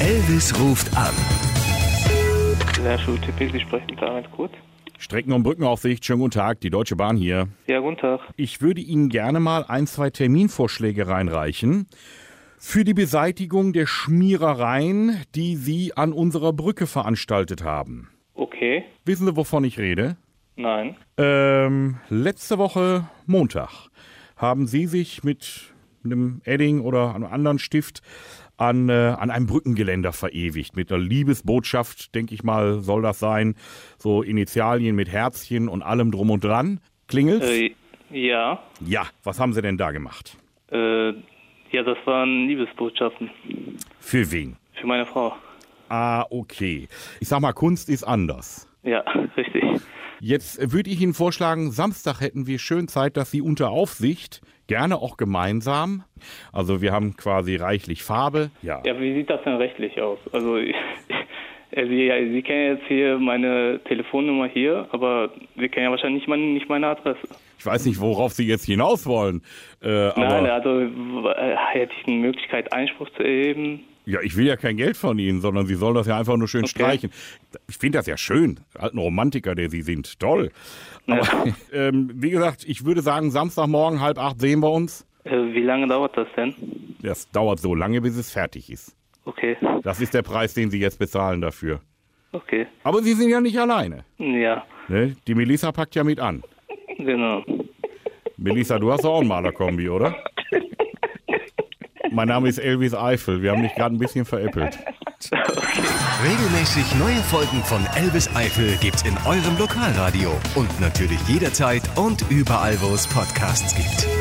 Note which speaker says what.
Speaker 1: Elvis ruft an.
Speaker 2: Herr Schultippel, Sie sprechen damit gut.
Speaker 3: Strecken- und Brückenaufsicht, schönen guten Tag, die Deutsche Bahn hier.
Speaker 2: Ja, guten Tag.
Speaker 3: Ich würde Ihnen gerne mal ein, zwei Terminvorschläge reinreichen für die Beseitigung der Schmierereien, die Sie an unserer Brücke veranstaltet haben.
Speaker 2: Okay,
Speaker 3: Wissen Sie, wovon ich rede?
Speaker 2: nein.
Speaker 3: Ähm, letzte Woche Montag haben Sie sich mit einem Edding oder einem anderen Stift an, äh, an einem Brückengeländer verewigt. Mit einer Liebesbotschaft, denke ich mal, soll das sein. So Initialien mit Herzchen und allem drum und dran. Klingelt's?
Speaker 2: Äh, ja,
Speaker 3: Ja, was haben Sie denn da gemacht?
Speaker 2: äh, ja, das waren Liebesbotschaften
Speaker 3: Für wen?
Speaker 2: für meine Frau.
Speaker 3: Ah, okay. Ich sag mal, Kunst ist anders.
Speaker 2: Ja, richtig.
Speaker 3: Jetzt äh, würde ich Ihnen vorschlagen, Samstag hätten wir schön Zeit, dass Sie unter Aufsicht, gerne auch gemeinsam, also wir haben quasi reichlich Farbe. Ja.
Speaker 2: Ja, wie sieht das denn rechtlich aus? Also, ich, äh, Sie, ja, Sie kennen jetzt hier meine Telefonnummer hier, aber Sie kennen ja wahrscheinlich nicht meine, nicht meine Adresse.
Speaker 3: Ich weiß nicht, worauf Sie jetzt hinaus wollen. Äh, aber,
Speaker 2: Nein, also w- äh, hätte ich eine Möglichkeit, Einspruch zu erheben?
Speaker 3: Ja, ich will ja kein Geld von Ihnen, sondern Sie sollen das ja einfach nur schön streichen. Ich finde das ja schön. Alten Romantiker, der Sie sind. Toll. Aber ähm, wie gesagt, ich würde sagen, Samstagmorgen halb acht sehen wir uns.
Speaker 2: Äh, wie lange dauert das denn?
Speaker 3: Das dauert so lange, bis es fertig ist.
Speaker 2: Okay,
Speaker 3: Das ist der Preis, den Sie jetzt bezahlen dafür.
Speaker 2: okay.
Speaker 3: Aber Sie sind ja nicht alleine.
Speaker 2: Ja,
Speaker 3: Ne? Die Melissa packt ja mit an.
Speaker 2: genau.
Speaker 3: Melissa, du hast auch ein Malerkombi, oder? Mein Name ist Elvis Eifel. Wir haben dich gerade ein bisschen veräppelt.
Speaker 1: Regelmäßig neue Folgen von Elvis Eifel gibt's in eurem Lokalradio und natürlich jederzeit und überall, wo es Podcasts gibt.